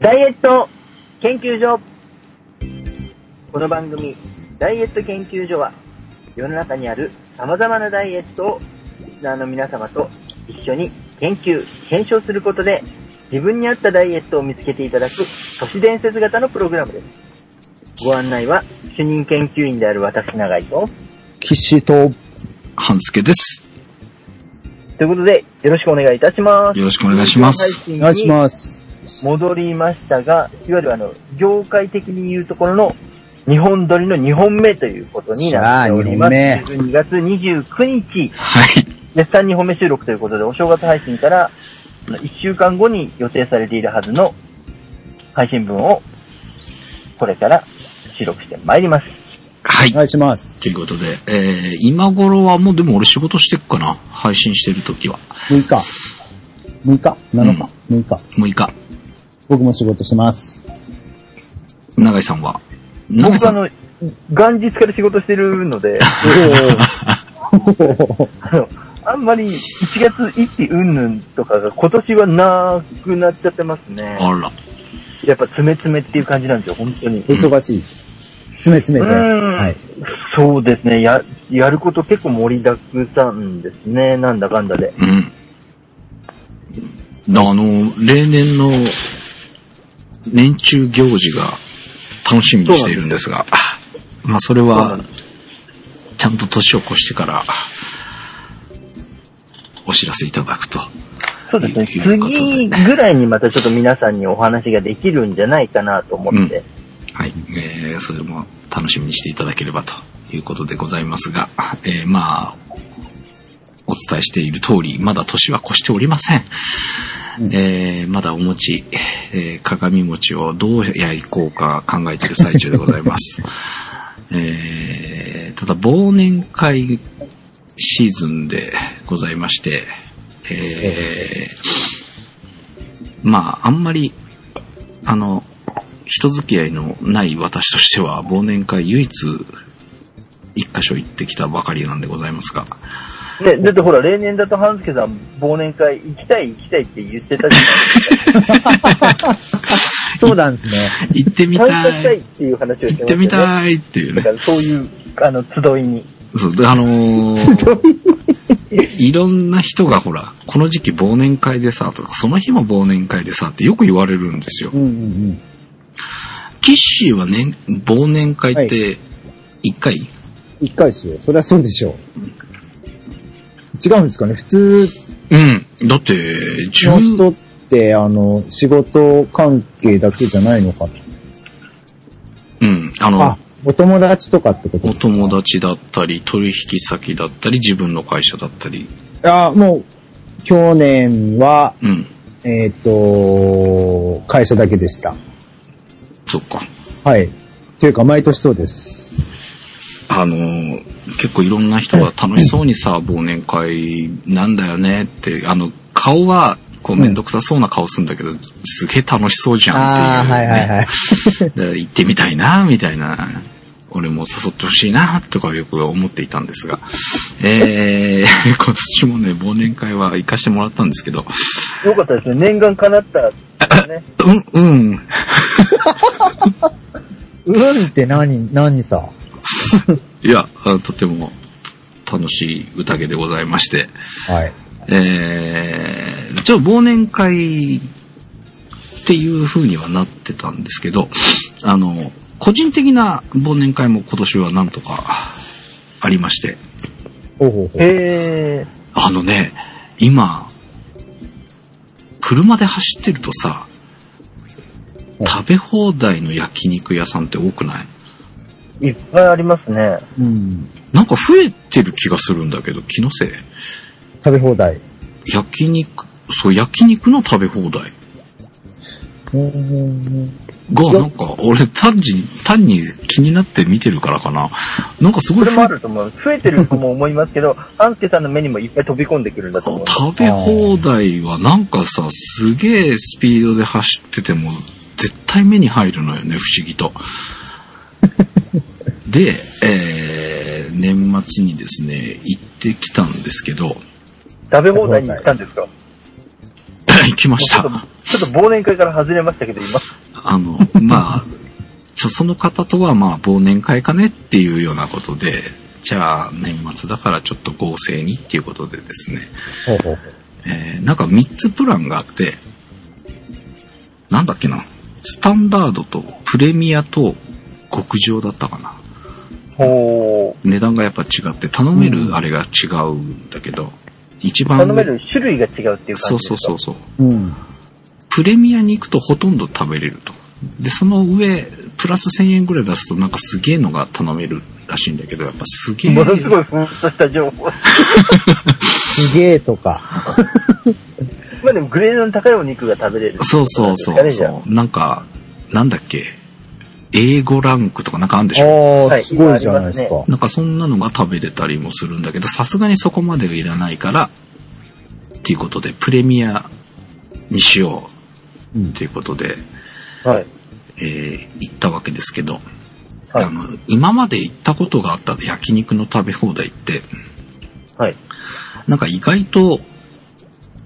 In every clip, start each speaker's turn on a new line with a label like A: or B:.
A: ダイエット研究所この番組、ダイエット研究所は、世の中にある様々なダイエットを、リスナーの皆様と一緒に研究、検証することで、自分に合ったダイエットを見つけていただく、都市伝説型のプログラムです。ご案内は、主任研究員である私、永井と、
B: 岸と、
C: 半助です。
A: ということで、よろしくお願いいたします。
C: よろしくお願いします。
A: 配信
B: お
A: に
B: 願いします。
A: 戻りましたが、いわゆるあの、業界的に言うところの、日本撮りの2本目ということになっております。
B: さあ
A: 2月29日、
C: はい。
A: 絶賛2本目収録ということで、お正月配信から1週間後に予定されているはずの配信分を、これから収録してまいります。
C: はい
B: お。願いします。
C: ということで、えー、今頃はもうでも俺仕事してっかな。配信してる時は。
B: 6日。6日 ?7 日、?6 日。
C: 6日。
B: 僕も仕事し ます。
C: 長井さんは。長井
A: 僕
C: さ
A: あ
C: ん。
A: の、元日から仕事してるので、あの、あんまり1月1日うんぬんとかが今年はなくなっちゃってますね。
C: あら。
A: やっぱ詰め詰めっていう感じなんですよ、本当に。
B: 忙しい。詰め詰めて。
A: うん
B: はい。
A: そうですね、や、やること結構盛りだくさんですね、なんだかんだで。
C: うん。だあの、例年の年中行事が楽しみにしているんですが、まあそれ
A: そうな
C: は
A: んで、
C: ちゃんと年を越してから、お知らせいただくと。
A: そうですね、
C: いうことで
A: 次ぐらいにまたちょっと皆さんにお話ができるんじゃないかなと思って。
C: はい。えー、それも楽しみにしていただければということでございますが、えー、まあ、お伝えしている通り、まだ年は越しておりません。えー、まだお餅、えー、鏡餅をどう焼こうか考えている最中でござい ます。えー、ただ忘年会シーズンでございまして、えー、まあ、あんまり、あの、人付き合いのない私としては、忘年会唯一、一箇所行ってきたばかりなんでございますが、
A: ね、だってほら、例年だと半助さん、忘年会行きたい行きたいって言ってたじ
B: そうなんですね。
C: 行ってみ
A: ゃん。参加
C: た
A: したい
C: い
A: っ、ていう話をして
C: 行っ
A: ました
C: て
A: よね。
C: みたいってい
A: だ
C: うね
A: か。らそういう、あの、集いに。
C: そう、であのー、いろんな人がほら、この時期忘年会でさ、とか、その日も忘年会でさってよく言われるんですよ
B: う。んうん
C: キッシーは年、忘年会って、一回、
B: うん。一回ですよ。そりゃそうでしょう。違うんですかね普通
C: うん。だって、十
B: の人って、あの、仕事関係だけじゃないのか
C: うん。あの、
B: あ、お友達とかってこと
C: お
B: ですか
C: 友達だったり、取引先だったり、自分の会社だったり。
B: いや、もう、去年は、
C: うん。
B: えっ、と、会社だけでした。
C: そっか。
B: はい。というか、毎年そうです。
C: あのー、結構いろんな人が楽しそうにさ、忘年会なんだよねって、あの、顔は、こう、めんどくさそうな顔するんだけど、すげえ楽しそうじゃんっていう、ね。
B: はい。
C: だから行ってみたいな、みたいな。俺も誘ってほしいな、とかよく思っていたんですが。えー、 今年もね、忘年会は行かしてもらったんですけど、
A: よかったですね、念願叶った、ね。
C: うん、うん、
B: うんって何、何さ。
C: いや、あとても楽しい宴でございまして、
B: はい。
C: えー、ちょ、忘年会っていう風にはなってたんですけど、あの、個人的な忘年会も今年はなんとかありまして、
B: ほうほうほう。
A: へ
C: あのね、今、車で走ってるとさ、食べ放題の焼肉屋さんって多くない
A: ー、いっぱいありますね。
B: うん。
C: なんか増えてる気がするんだけど、気のせい
B: 食べ放題。
C: 焼肉、そう、焼肉の食べ放題
B: うん。
C: が、なんか、俺、単に、単に気になって見てるからかな。なんかすご
A: そ
C: い
A: れ、もあると思う。増えてるとも思いますけ ど、アンスケさんの目にもいっぱい飛び込んでくるんだと思う。
C: 食べ放題はなんかさ、すげえスピードで走ってても、絶対目に入るのよね、不 思議と。で、えー、年末にですね、行ってきたんですけど、
A: 食べ放題に行ったんですか
C: 行きました。
A: ちょっと忘年会から外れましたけど、今。
C: あの、 まあ、ちょその方とはまあ忘年会かねっていうようなことで、じゃあ年末だからちょっと合成にっていうことでですね、
B: ほうほうほう。
C: えーなんか3つプランがあって、なんだっけな、スタンダードとプレミアと極上だったかな。
A: ほ
C: 値段がやっぱ違って、頼めるあれが違うんだけど、一
A: う。
C: 番
A: 頼める種類が違うっていう感じですか
C: そうそうそうそう。
B: うん。
C: プレミアに行くとほとんど食べれると。で、その上、プラス1000円ぐらい出すとなんかすげえのが頼めるらしいんだけど、やっぱすげえ。
A: ものすごいふんっとした情 報。
B: すげえとか。
A: まあでもグレードの高いお肉が食べれる。
C: そうそうそ
A: なんで
C: う
A: すかね
C: そ。う。なんか、なんだっけ。英語ランクとかなんかあるんでしょ
B: あ
A: は
B: あ、
A: い
B: すごいじゃないですか。
C: なんかそんなのが食べれたりもするんだけど、さすがにそこまではいらないから、っていうことで、プレミアにしよ
B: う
C: う、
B: ん
C: っていうことで、
A: じゃんはい。
C: えー行ったわけですけど、
A: はい
C: あの、今まで行ったことがあった焼肉の食べ放題って、
A: はい。
C: なんか意外と、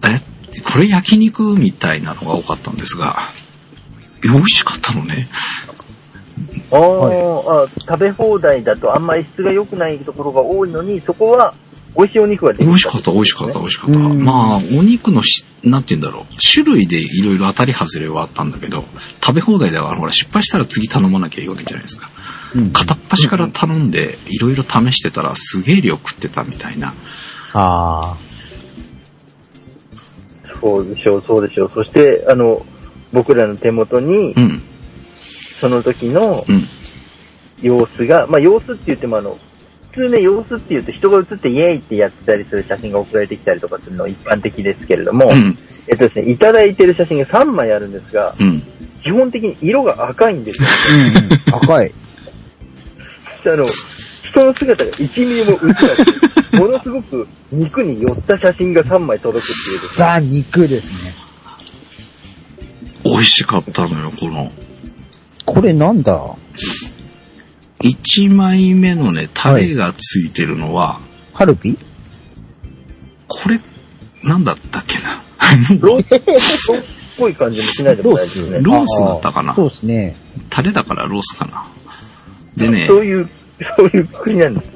C: え、これ焼肉みたいなのが多かったんですが、美味しかったのね。
A: あー、あ、食べ放題だとあんまり質が良くないところが多いのに、そこは美味しいお肉が出て
C: 美味しかった、美味しかった、美味しかった。
B: うん
C: まあ、お肉のし、なんて言うんだろう。種類でいろいろ当たり外れはあったんだけど、食べ放題だから、ほら、失敗したら次頼まなきゃいいわけじゃないですか。
B: うん。
C: 片っ端から頼んで、いろいろ試してたら、すげえ量食ってたみたいな。
B: ああ。
A: そうでしょう、そうでしょう。そして、あの、僕らの手元に
C: う、ん、
A: その時の
C: うん。
A: 様子が、まあ様子って言ってもあの、普通ね、様子って言うと人が映ってイエーイってやってたりする写真が送られてきたりとかするのは一般的ですけれども、
C: うん、
A: えっとですね、いただいてる写真が3枚あるんですが、
C: うん。
A: 基本的に色が赤いんですよ。
B: うん。赤い。
A: あの、人の姿が1ミリも映らない。ものすごく肉に寄った写真が3枚届くっていうですね。
B: ザ・肉ですね。
C: 美味しかったのよ、この。
B: これなんだ
C: 1枚目のね、タレがついてるのは、
B: カルビ
C: これ、なんだったっけな。
A: ロースロースっぽい感じもしないでもないですね。
C: ロースだったかな
B: あーそうですね。
C: タレだからロースかな。でね、
A: そういう、そういう国なん です。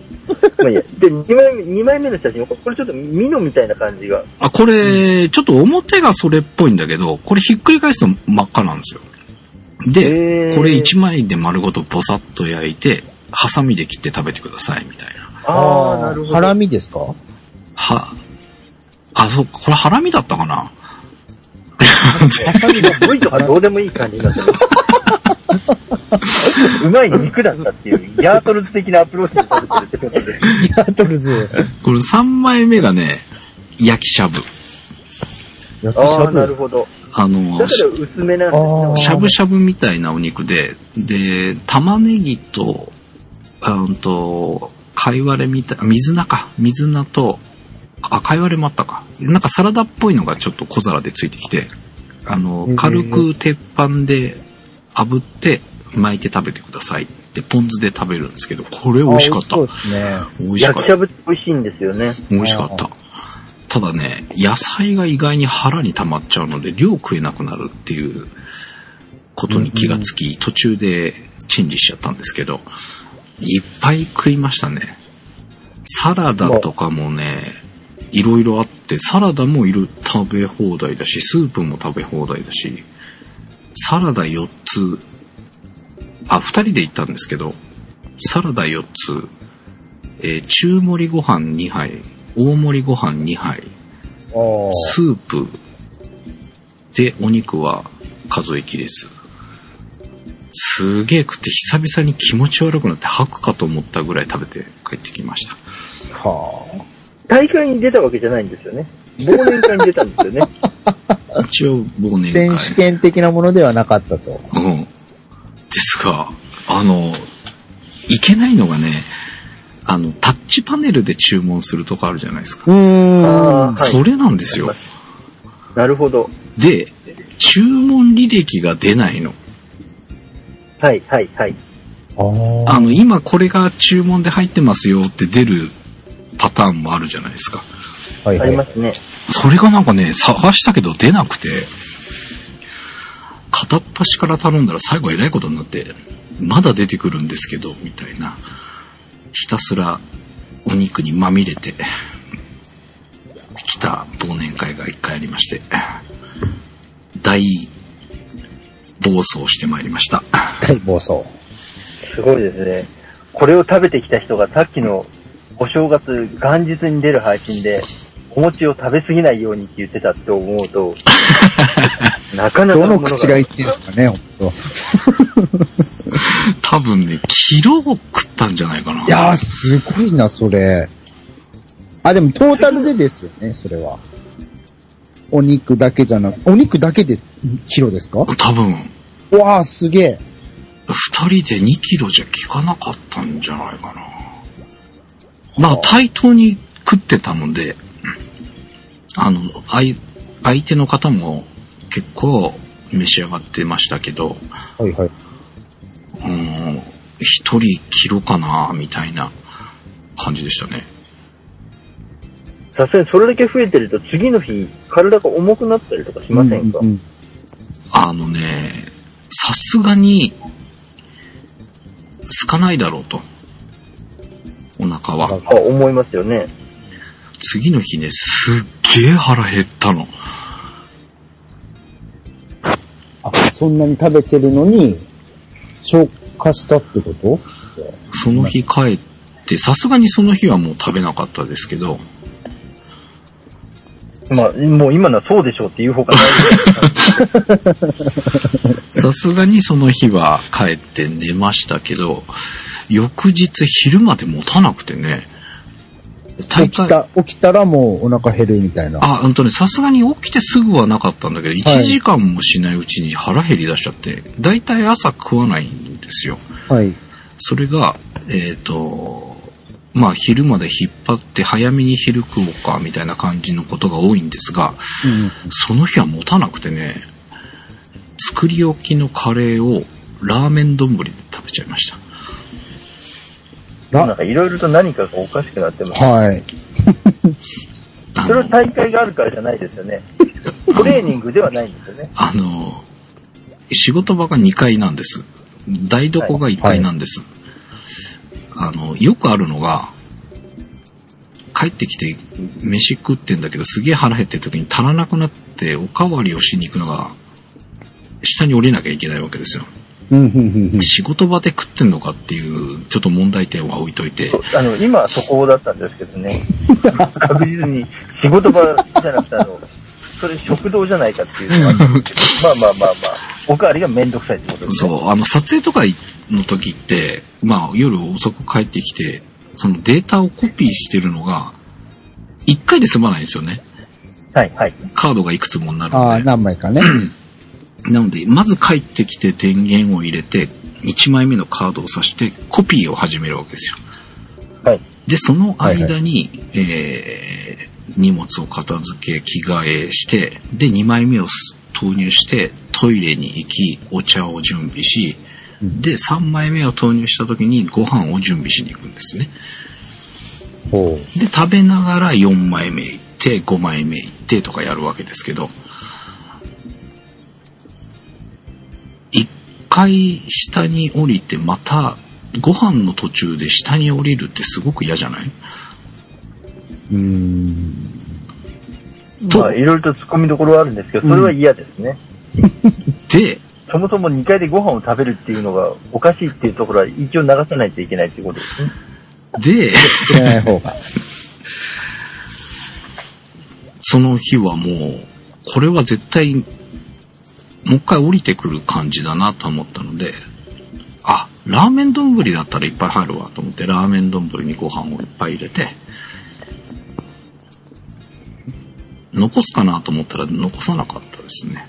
A: まあいいや。で、2枚目、二枚目の写真、これちょっとミノみたいな感じが。
C: あ、これ、ちょっと表がそれっぽいんだけど、これひっくり返すと真っ赤なんですよ。
A: へ
C: で、
A: ー
C: これ1枚で丸ごとボサッと焼いて、ハサミで切って食べてください、みたいな。
A: ああ、
B: ー
A: なるほど。
B: ハラミですか
C: は、あ、そうか、これハラミだったかな
A: 部位とかどうでもいい感じになって る。うまい肉だったっていう、ヤートルズ的なアプローチで食べてるってことで。
B: ビアートルズ。
C: これ3枚目がね、焼きしゃぶ。
B: 焼きし
A: あ
B: ゃ
A: あ、なる
B: ぶ。
A: ほど。
C: あ
A: だ
C: の、
A: から薄めなんで
B: あ
A: す
C: しゃぶしゃぶみたいなお肉で、で、玉ねぎと、うんと、貝割れみたい、水菜か。水菜と、あ、貝割れもあったか。なんかサラダっぽいのがちょっと小皿でついてきて、あの
B: う、ん
C: 軽く鉄板で炙って巻いて食べてくださいって、ポン酢で食べるんですけど、これ美味しかった
B: あー美。味しそうですね。
C: 美味し
A: 焼
C: かっ。
A: きしたゃぶって美味しいんですよね。
C: 美味しかった。ただね、野菜が意外に腹に溜まっちゃうので、量食えなくなるっていうことに気がつき、途中でチェンジしちゃったんですけど、いっぱい食いましたね。サラダとかもね、いろいろあって、サラダもいる食べ放題だし、スープも食べ放題だし、サラダ4つ、あ、2人で行ったんですけど、サラダ4つ、えー中盛りご飯2杯、大盛りご飯2杯、
B: あー
C: スープでお肉は数えきれず。すげえ食って久々に気持ち悪くなって吐くかと思ったぐらい食べて帰ってきました。
B: は
A: 大会に出たわけじゃないんですよね。忘年会に出たんですよね。
C: 一応忘
B: あ。
C: 年
B: 選手
C: 会。
B: 権的なものではなかったと。
C: うん。ですが、あの、いけないのがね、あの、タッチパネルで注文するとかあるじゃないですか。
B: うー
A: あ
B: ん。
A: ーはい
C: それなんですよ。
A: なるほど。
C: で、注文履歴が出ないの。
A: はい、はい、はい。
B: あ
C: あの、今これが注文で入ってますよって出るパターンもあるじゃないですか。
B: あ。はい
A: あ
B: は
A: り
B: い
A: ま。すね。
C: それがなんかね、探したけど出なくて、片っ端から頼んだら最後えらいことになって、まだ出てくるんですけど、みたいな。ひたすらお肉にまみれて、来た忘年会が一回ありまして、大暴走してまいりました。
B: 大暴走。
A: すごいですね。これを食べてきた人がさっきのお正月元日に出る配信で、お餅を食べ過ぎないようにって言ってたって思う と、なかなか
B: どの
A: も
B: 口が言ってんすかね、ほんと。
C: 多分ね、キロを食ったんじゃないかな。
B: いやー、すごいな、それ。あ、でもトータルでですよね、それは。お肉だけじゃなく、お肉だけでキロですかわ
C: 多分、
B: ー、すげえ。
C: 二人で2キロじゃ効かなかったんじゃないかな。まあ、対等に食ってたので、あの、相、相手の方も結構召し上がってましたけど、
B: はいはい。
C: うん、一人キロかな、みたいな感じでしたね。
A: さすがにそれだけ増えてると次の日体が重くなったりとかしませんか、
B: うんうん
C: あのね、さすがに、空かないだろうと。お腹は。
A: あ、思いますよね。
C: 次の日ね、すっげえ腹減ったの。
B: あ、そんなに食べてるのに、消化したってこと
C: その日帰って、さすがにその日はもう食べなかったですけど、
A: まあ、もう今のはそうでしょうっていう方がないですけど
C: さすがにその日は帰って寝ましたけど、翌日昼まで持たなくてね、
B: 起きた、起きたらもうお腹減るみたいな。
C: あ、ほんとね、さすがに起きてすぐはなかったんだけど、
B: は
C: 1
B: い
C: 時間もしないうちに腹減り出しちゃって、だいたい朝食わないんですよ。
B: はい。
C: それが、えっ、と、まあ昼まで引っ張って早めに昼食おうか、みたいな感じのことが多いんですが、その日は持たなくてね、作り置きのカレーをラーメン丼で食べちゃいました。
B: あ
A: なんかいろいろと何かがおかしくなってます。
B: はい。
C: あ
A: それは
C: の、
A: 大会があるからじゃないですよね。トレーニングではないんですよね。
C: あの、仕事場が2階なんです。台所が1階なんです。あの、よくあるのが、帰ってきて飯食ってんだけどすげえ腹減ってる時に足らなくなっておかわりをしに行くのが、下に降りなきゃいけないわけですよ。
B: うん、うん、うん、うん。
C: 仕事場で食ってんのかっていう、ちょっと問題点は置いといて。
A: あの、今はそこだったんですけどね。確実に仕事場じゃなくて、あの、それ食堂じゃないかっていうのがあるんですけど、まあまあまあまあ、おかわりがめんどくさいってことですね。
C: そう、あの、撮影とかの時って、まあ、夜遅く帰ってきて、そのデータをコピーしてるのが、一回で済まないんですよね。
A: はいはい。
C: カードがいくつもになる
B: ああ、
C: ので。
B: 何枚かね。
C: なので、まず帰ってきて電源を入れて、1枚目のカードを挿して、コピーを始めるわけですよ。
A: はい。
C: で、その間に、えー、荷物を片付け、着替えして、で、2枚目を投入して、トイレに行き、お茶を準備し、で、3枚目を投入した時にご飯を準備しに行くんですね。
B: ほ。
C: で、食べながら4枚目行って、5枚目行ってとかやるわけですけど、一回下に降りて、また、ご飯の途中で下に降りるってすごく嫌じゃないう
B: うーん。
C: と
A: まあ、いろいろと突っ込みどころはあるんですけど、それは嫌ですね。
C: で、
A: そもそも2階でご飯を食べるっていうのがおかしいっていうところは一応流さないといけないっていうことですね。
C: で、
B: 知らない方が。
C: その日はもう、これは絶対、もう一回降りてくる感じだなと思ったので、あ、ラーメン丼だったらいっぱい入るわと思って、ラーメン丼にご飯をいっぱい入れて、残すかなと思ったら残さなかったですね。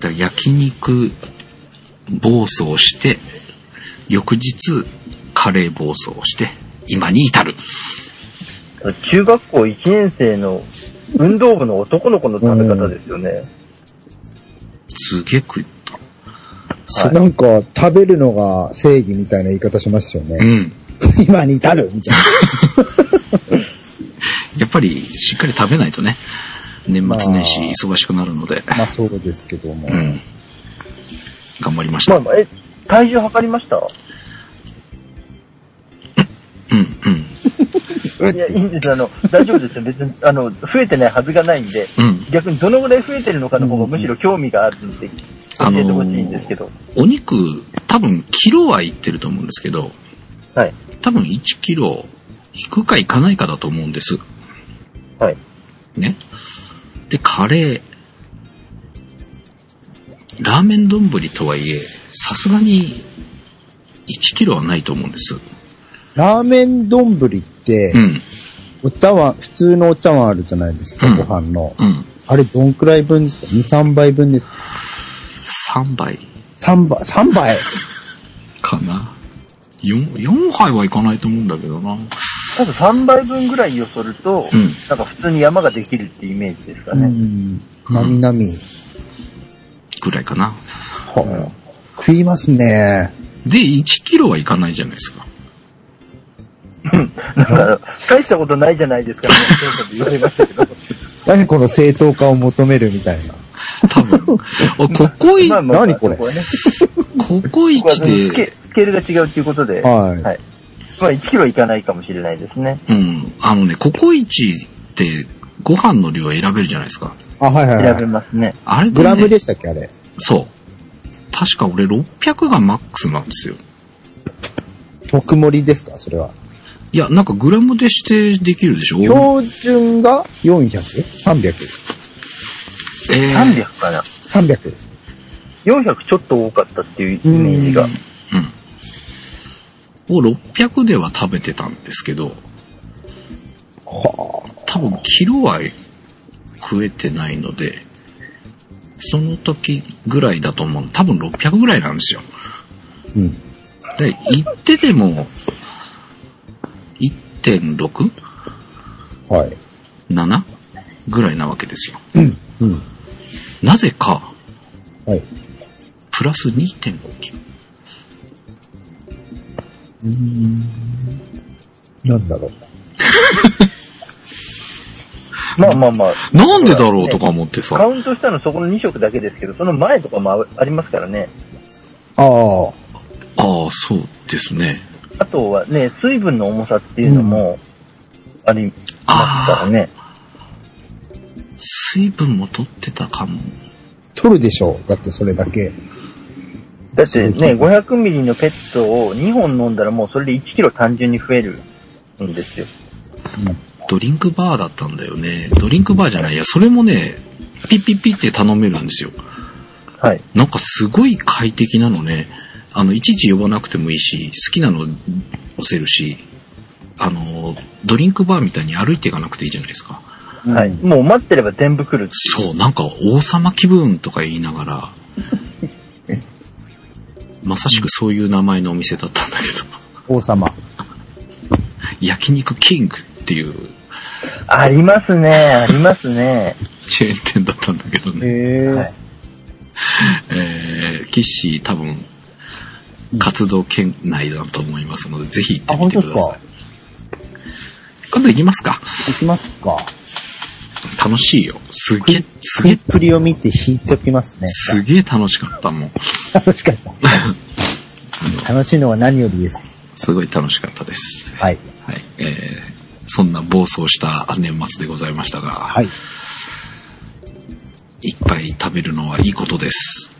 C: だから焼肉暴走して、翌日カレー暴走して、今に至る。
A: 中学校1年生の運動部の男の子の食べ方ですよね。
C: すげえ食った。
B: なんか、食べるのが正義みたいな言い方しますよ
C: う
B: ね。
C: ん。
B: 今に至るみたい
C: やっぱりしっかり食べないとね。年末年始
B: まあ
C: 忙しくなるので、
B: まあそうですけども。
C: うん。頑張りました。
A: まあ、え、体重測りました
C: うん、うん。
B: うっ
A: いや、いいんです。あの、大丈夫ですよ。別に、あの、増えてないはずがないんで、
C: うん。
A: 逆にどのぐらい増えてるのかの方がむしろ興味があるんで、教
C: あのー
A: えてほしいんですけど。
C: お肉、多分、キロはいってると思うんですけど、
A: はい。
C: 多分1キロ、引くか引かないかだと思うんです。
A: はい。
C: ね。で、カレー。ラーメン丼とはいえ、さすがに1キロはないと思うんです。
B: ラーメン丼って
C: う、ん。
B: お茶碗、普通のお茶碗あるじゃないですか、
C: うん
B: ご飯の。
C: うん。
B: あれどんくらい分ですか ?2、3倍分ですか
C: 3杯
B: ?3 倍、3倍
C: かな。4、4杯はいかないと思うんだけどな。うん。
A: 多分3倍分ぐらいよそると、なんか普通に山ができるってイメージですか
B: う
A: ね。
B: ん。なみなみ。
C: ぐらいかな。
B: はあ食いますね。
C: で、1キロはいかないじゃないですか。
A: だから、大したことないじゃないですかね、そう言われましたけど。
B: 何この正当化を求めるみたいな。
C: 多 分。おここい、
A: まあまあ
B: 何これ
A: そはね、
C: ここ一
A: ここはそのスケ
C: で、
A: スケールが違うっていうことで、
B: はい
A: はい。まあ1キロいかないかもしれないですね。
C: うん。あのね、ココイチってご飯の量選べるじゃないですか。
B: あ、はいはい
A: 選
B: は
A: べ
B: い。
A: ますね。
C: あれで、ね、
B: グラムでしたっけ、あれ。
C: そう。確か俺600がマックスなんですよ。
B: 特盛りですか、それは。
C: いや、なんかグラムで指定できるでしょ
B: 標準が 400?300?300?
C: えー
A: 300かな。400ちょっと多かったっていうイメージが。
C: を600では食べてたんですけど、
B: は
C: 多分キロは食えてないので、その時ぐらいだと思う。多分600ぐらいなんですよ。
B: あ。うん。
C: で、行ってでも、1.6?
B: はい。
C: 7? ぐらいなわけですよ。
B: うん。うん。
C: なぜか、
B: はい。
C: プラス2.5キロ。
B: なんだろう。
A: まあまあまあ。
C: なんでだろうとか思って
A: カ
C: さ。
A: ウントしたのそこの2色だけですけど、その前とかもあありますからね。
B: ああ。
C: ああ、そうですね。
A: あとはね、水分の重さっていうのも、ありますから
C: ああ、
A: ね。
C: 水分も取ってたかも。
B: 取るでしょう。だってそれだけ。
A: だってね、500ミリのペットを2本飲んだらもうそれで1キロ単純に増えるんですよ。
C: ドリンクバーだったんだよね。ドリンクバーじゃない。いや、それもね、ピッピッピって頼めるんですよ。
A: はい。
C: なんかすごい快適なのね。あの、いちいち呼ばなくてもいいし、好きなの押せるし、あの、ドリンクバーみたいに歩いていかなくていいじゃないですか。
A: はい。もう待ってれば全部来る。
C: そう、なんか王様気分とか言いながら、まさしくそういう名前のお店だったんだけど、
B: 王様。
C: 焼肉キングっていう
A: ありますね、ありますね。
C: チェーン店だったんだけどね。
B: え
A: はい。
C: えー、キッシー多分、活動圏内だと思いますので、ぜひ行ってみてく
B: あ
C: ださ
B: 本
C: い。今度行きますか。
B: 行きますか。
C: 楽しいよ。すげえ、す
B: 食
C: げ
B: い
C: え
B: っ、ぷりを見て引いておきますね。
C: すげえ楽しかったもん。
B: 楽しかった。楽しいのは何よりです。
C: すごい楽しかったです。
B: はい。
C: はい。えー、そんな暴走した年末でございましたが、
B: はい。
C: いっぱい食べるのはいいことです。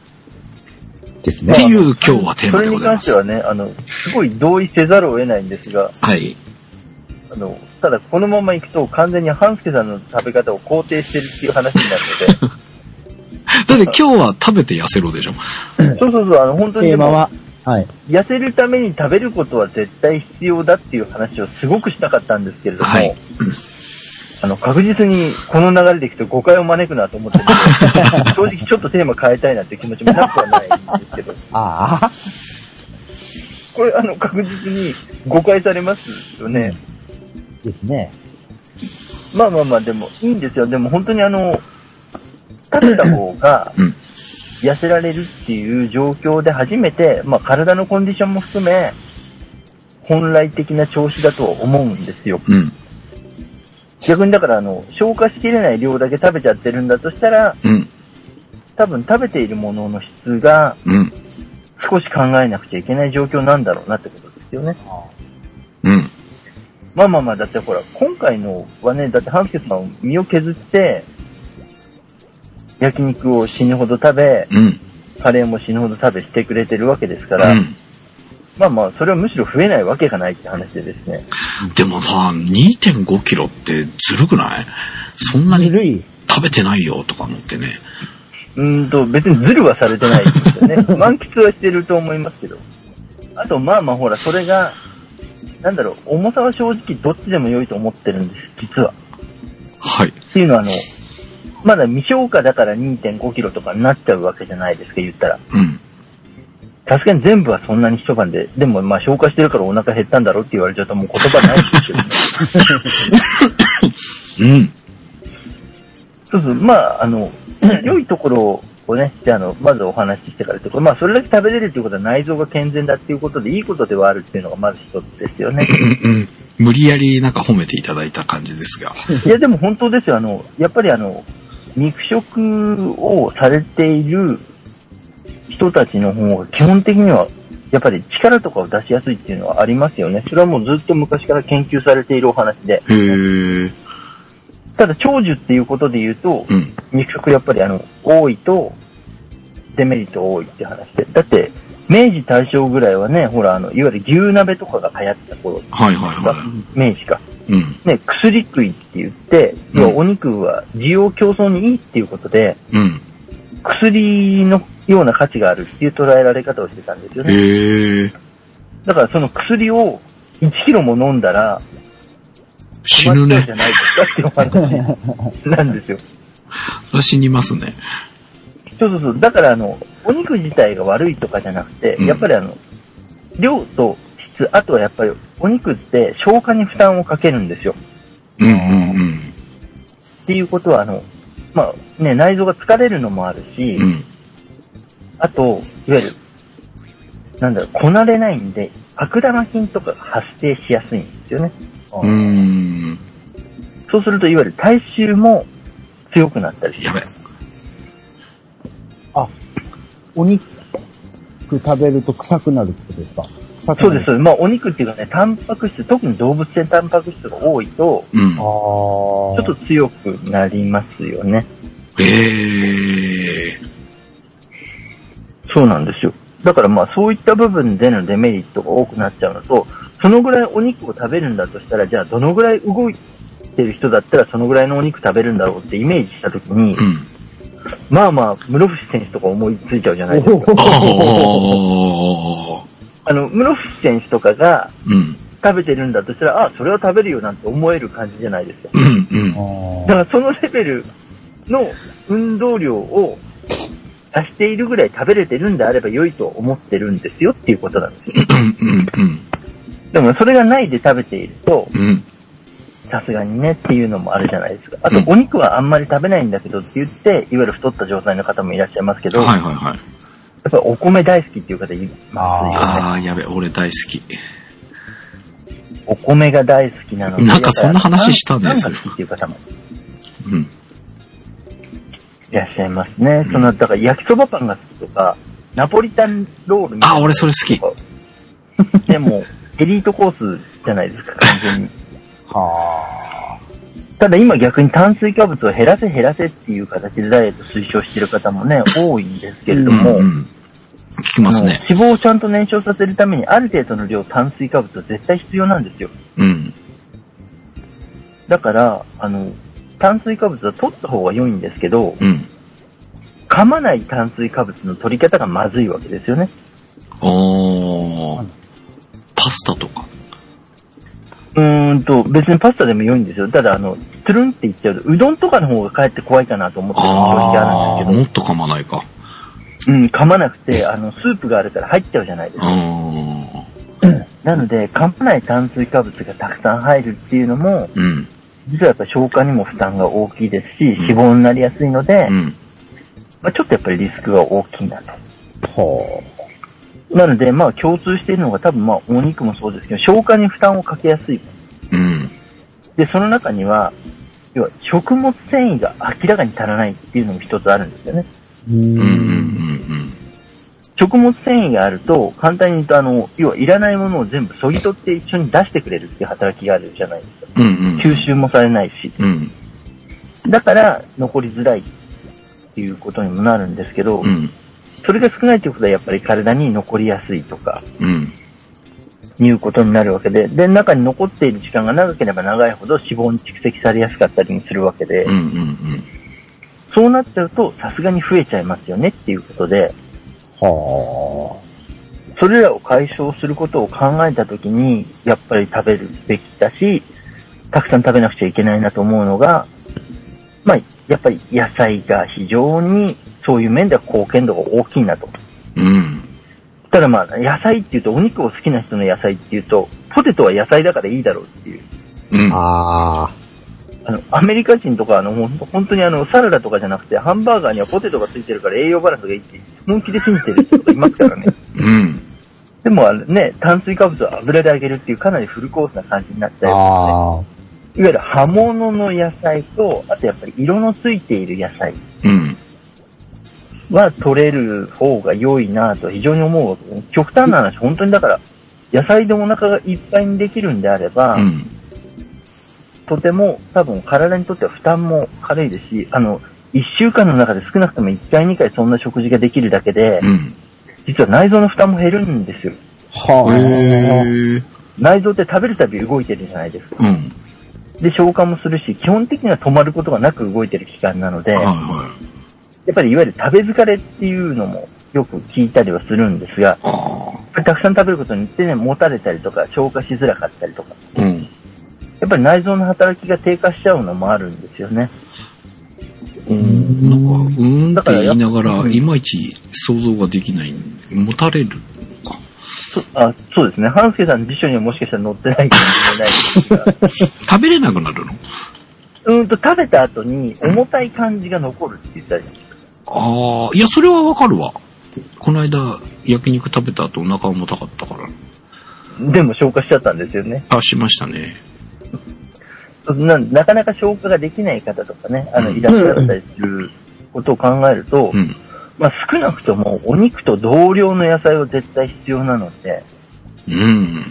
B: です
C: ってい
B: ね。
C: う今日はテー
A: そ
C: マ で
A: れ
C: ご
A: に
C: ざ
A: 関
C: いま
A: して
C: す。
A: はね、あの、すごい同意せざるを得ないんですが、
C: はい。
A: あの、ただこのまま行くと完全に半助さんの食べ方を肯定してるっていう話になる
C: だって今日は食べて痩せろでしょ。
A: ので、そうそうそう、あの、本当に
B: テ
A: で
B: ーマ
A: も
B: は、はい。
A: 痩せるために食べることは絶対必要だっていう話をすごくしたかったんですけれども、
C: はい
A: あの、確実にこの流れでいくと誤解を招くなと思ってるので、正直ちょっとテーマ変えたいなって気持ちもなくはないんですけど、
B: ああ。
A: これあの、確実に誤解されますよね。
B: ですね。
A: まあまあまあ、でもいいんですよ。でも本当にあの、食べた方が
C: うん、
A: 痩せられるっていう状況で初めて、まあ体のコンディションも含め、本来的な調子だと思うんですよ。
C: うん。
A: 逆にだからあの、消化しきれない量だけ食べちゃってるんだとしたら、
C: うん、
A: 多分食べているものの質が
C: うん、
A: 少し考えなくちゃいけない状況なんだろうなってことですよね。
C: うん、
A: まあまあまあ、だってほら、今回のはね、だってハンスケさん身を削って、焼肉を死ぬほど食べ、
C: うん、
A: カレーも死ぬほど食べしてくれてるわけですから、
C: うん。
A: まあまあ、それはむしろ増えないわけがないって話でですね。
C: でもさ、2.5キロってずるくないそんな
B: ず
C: に
B: るい。
C: 食べてないよとか思ってね。
A: うーんと、別にズルはされてないですよね。満喫はしてると思いますけど。あと、まあまあほら、それが、なんだろう、重さは正直どっちでも良いと思ってるんです、実は。
C: はい。
A: っていうのはあの、まだ未消化だから2.5キロとかになっちゃうわけじゃないですか、言ったら。
C: うん、
A: さすがに全部はそんなに一晩で、でもまあ消化してるからお腹減ったんだろうって言われちゃうともう言葉ないですよね。
C: うん、
A: そうそう、まあ、あの、良いところをね、じゃあ、あの、まずお話ししてからということ、まあ、それだけ食べれるということは内臓が健全だっていうことで、いいことではあるっていうのがまず一つですよね。
C: うん、うん。無理やりなんか褒めていただいた感じですが。
A: いや、でも本当ですよ、あの、やっぱりあの、肉食をされている人たちの方が基本的には、やっぱり力とかを出しやすいっていうのはありますよね。それはもうずっと昔から研究されているお話で。
C: へえ、
A: ただ、長寿っていうことで言うと、
C: うん、
A: 肉食やっぱりあの、多いと、デメリット多いって話で。だって、明治大正ぐらいはね、ほら、あの、いわゆる牛鍋とかが流行ってた頃
C: はいはい
A: が、
C: は
A: 明治か。
C: い。うん、
A: ね、薬食いって言って、
C: うん
A: 要はお肉は需要競争にいいっていうことで、
C: うん。
A: 薬のような価値があるっていう捉えられ方をしてたんですよね。
C: へえ、
A: だからその薬を1キロも飲んだら、
C: 死ぬ
A: 困っち
C: ね
A: ゃ。うじゃないですかっていうお話なんです よ。
C: それは死にますね。
A: そうそうそう。だから、あの、お肉自体が悪いとかじゃなくて、
C: うん
A: やっぱりあの、量と質、あとはやっぱり、お肉って消化に負担をかけるんですよ。
C: うん、うん、
A: っていうことは、あの、まあ、ね、内臓が疲れるのもあるし、
C: うん、うん。
A: あと、いわゆる、なんだろう、こなれないんで、悪玉菌とかが発生しやすいんですよね。
C: うん、
A: そうすると、いわゆる体臭も強くなったりし
C: やべ。
B: お肉食べると臭くなるってことですか臭く
A: そう
B: な
A: で
B: る
A: す、そうです。まあ、お肉っていうかね、タンパク質、特に動物性タンパク質が多いと、
C: うん
B: あ。ー
A: ちょっと強くなりますよね。
C: ええ、
A: そうなんですよ。だからまあそういった部分でのデメリットが多くなっちゃうのと、そのぐらいお肉を食べるんだとしたら、じゃあどのぐらい動いてる人だったらそのぐらいのお肉食べるんだろうってイメージしたときに
C: う、ん。
A: まあまあ、室伏選手とか思いついちゃうじゃないですか。
C: ああ、
A: あの、室伏選手とかが
C: うん、
A: 食べてるんだとしたら、あ、それは食べるよなんて思える感じじゃないですか。
C: うん、うん。
A: だか らそのレベルの運動量を出しているぐらい食べれてるんであれば良いと思ってるんですよっていうことなんですよ。
C: うん、うん、うん。
A: でもそれがないで食べていると、
C: うん。
A: さすがにねっていうのもあるじゃないですか。あ
C: う
A: と
C: ん
A: お肉はあんまり食べないんだけどって言って、いわゆる太った状態の方もいらっしゃいますけど、
C: は
A: や
C: いはいはい。
A: っぱりお米大好きっていう方いますよね。
C: ああ、やべ、俺大好き。
A: お米が大好きなので。
C: なんかそんな話したね
A: やっぱり
C: それ
A: パンが好きっていう方も
C: うん。
A: いらっしゃいますね。その、だから焼きそばパンが好きとか、ナポリタンロールみたいな。
C: あ俺それ好き
A: き。 でも、エリートコースじゃないですか、完全に。
B: は
A: ただ今逆に炭水化物を減らせ減らせっていう形でダイエット推奨してる方もね、多いんですけれど
C: うん、
A: も、
C: うん。聞き
A: あ
C: ま
A: の
C: すね。
A: 脂肪をちゃんと燃焼させるためにある程度の量炭水化物は絶対必要なんですよ。
C: うん。
A: だから、あの、炭水化物は取った方が良いんですけど、
C: うん。
A: 噛まない炭水化物の取り方がまずいわけですよね。
C: おー。パスタとか。
A: うーんと、別にパスタでも良いんですよ。ただ、あの、つるんって言っちゃうと、うどんとかの方がかえって怖いかなと思ってるのが正直
C: あ
A: あ
C: あ、
A: るん
C: も
A: で
C: っと噛まないか。
A: すけど、うん、噛まなくて、あの、スープがあるから入っちゃうじゃないです
C: う
A: か。
C: ーん。
A: なので、噛まない炭水化物がたくさん入るっていうのも、
C: うん。
A: 実はやっぱ消化にも負担が大きいですし、脂肪になりやすいので、
C: うん。
A: まあ、ちょっとやっぱりリスクが大きいなと。
B: あ。は
A: なので、まあ共通しているのが多分まあお肉もそうですけど、消化に負担をかけやすい。
C: うん。
A: で、その中には、要は食物繊維が明らかに足らないっていうのも一つあるんですよね。
B: う
C: う
B: ん
C: んうんうん
A: 食物繊維があると、簡単に言うと、あの、要はいらないものを全部そぎ取って一緒に出してくれるっていう働きがあるじゃないですか。
C: うん。うん
A: 吸収もされないし。
C: うん。うん
A: だから、残りづらいっていうことにもなるんですけど、
C: うん
A: それが少ないということはやっぱり体に残りやすいとか、
C: うん。
A: いうことになるわけで、で、中に残っている時間が長ければ長いほど脂肪に蓄積されやすかったりもするわけで、
C: うんうん
A: そうなっちゃうとさすがに増えちゃいますよねっていうことで、
B: は
A: それらを解消することを考えたときに、やっぱり食べるべきだし、たくさん食べなくちゃいけないなと思うのが、まあ、やっぱり野菜が非常にそういう面では貢献度が大きいなと。
C: うん。うん。
A: ただまあ、野菜っていうと、お肉を好きな人の野菜っていうと、ポテトは野菜だからいいだろうっていう。
C: うん。
B: あ。ああ。
A: あの、アメリカ人とか、あの、ほんと本当にあの、サラダとかじゃなくて、ハンバーガーにはポテトがついてるから栄養バランスがいいって、本気で信じてる人がいますからね。
C: うん。
A: でもあのね、炭水化物を油で揚げるっていうかなりフルコースな感じになっちゃいま
B: ああ。
A: すね。いわゆる葉物の野菜と、あとやっぱり色のついている野菜
C: うん。
A: は取れる方が良いなぁと非常に思うわけですね。極端な話、本当にだから、野菜でお腹がいっぱいにできるんであれば、
C: うん。
A: とても多分体にとっては負担も軽いですし、あの、一週間の中で少なくとも1回2回そんな食事ができるだけで、
C: うん。
A: 実は内臓の負担も減るんですよ。
B: は
C: へえ。
A: 内臓って食べるたび動いてるじゃないですか。
C: うん。
A: で、消化もするし、基本的には止まることがなく動いてる期間なので、
C: はい
A: や
C: はい。
A: っぱりいわゆる食べ疲れっていうのもよく聞いたりはするんですが、
C: ああ。
A: たくさん食べることによってね、もたれたりとか、消化しづらかったりとか、
C: うん。
A: やっぱり内臓の働きが低下しちゃうのもあるんですよね。
C: うん。なんか、うーん
A: だ
C: って
A: から
C: 言いながら、
A: うん
C: いまいち想像ができない。持たれるのか。
A: そあそうですね。半助さんの辞書にはもしかしたら載ってないかもしれないですが、
C: 食べれなくなるの
A: うーんと食べた後に重たい感じが残るって言ったじゃないですか。
C: ああ、いや、それはわかるわ。この間、焼肉食べた後お腹重たかったから。
A: でも消化しちゃったんですよね。
C: あ、しましたね。
A: ななかなか消化ができない方とかね、あの、
C: うん
A: イラストだったりすることを考えると、
C: うん。
A: まあ少なくともお肉と同量の野菜は絶対必要なので、
C: うん。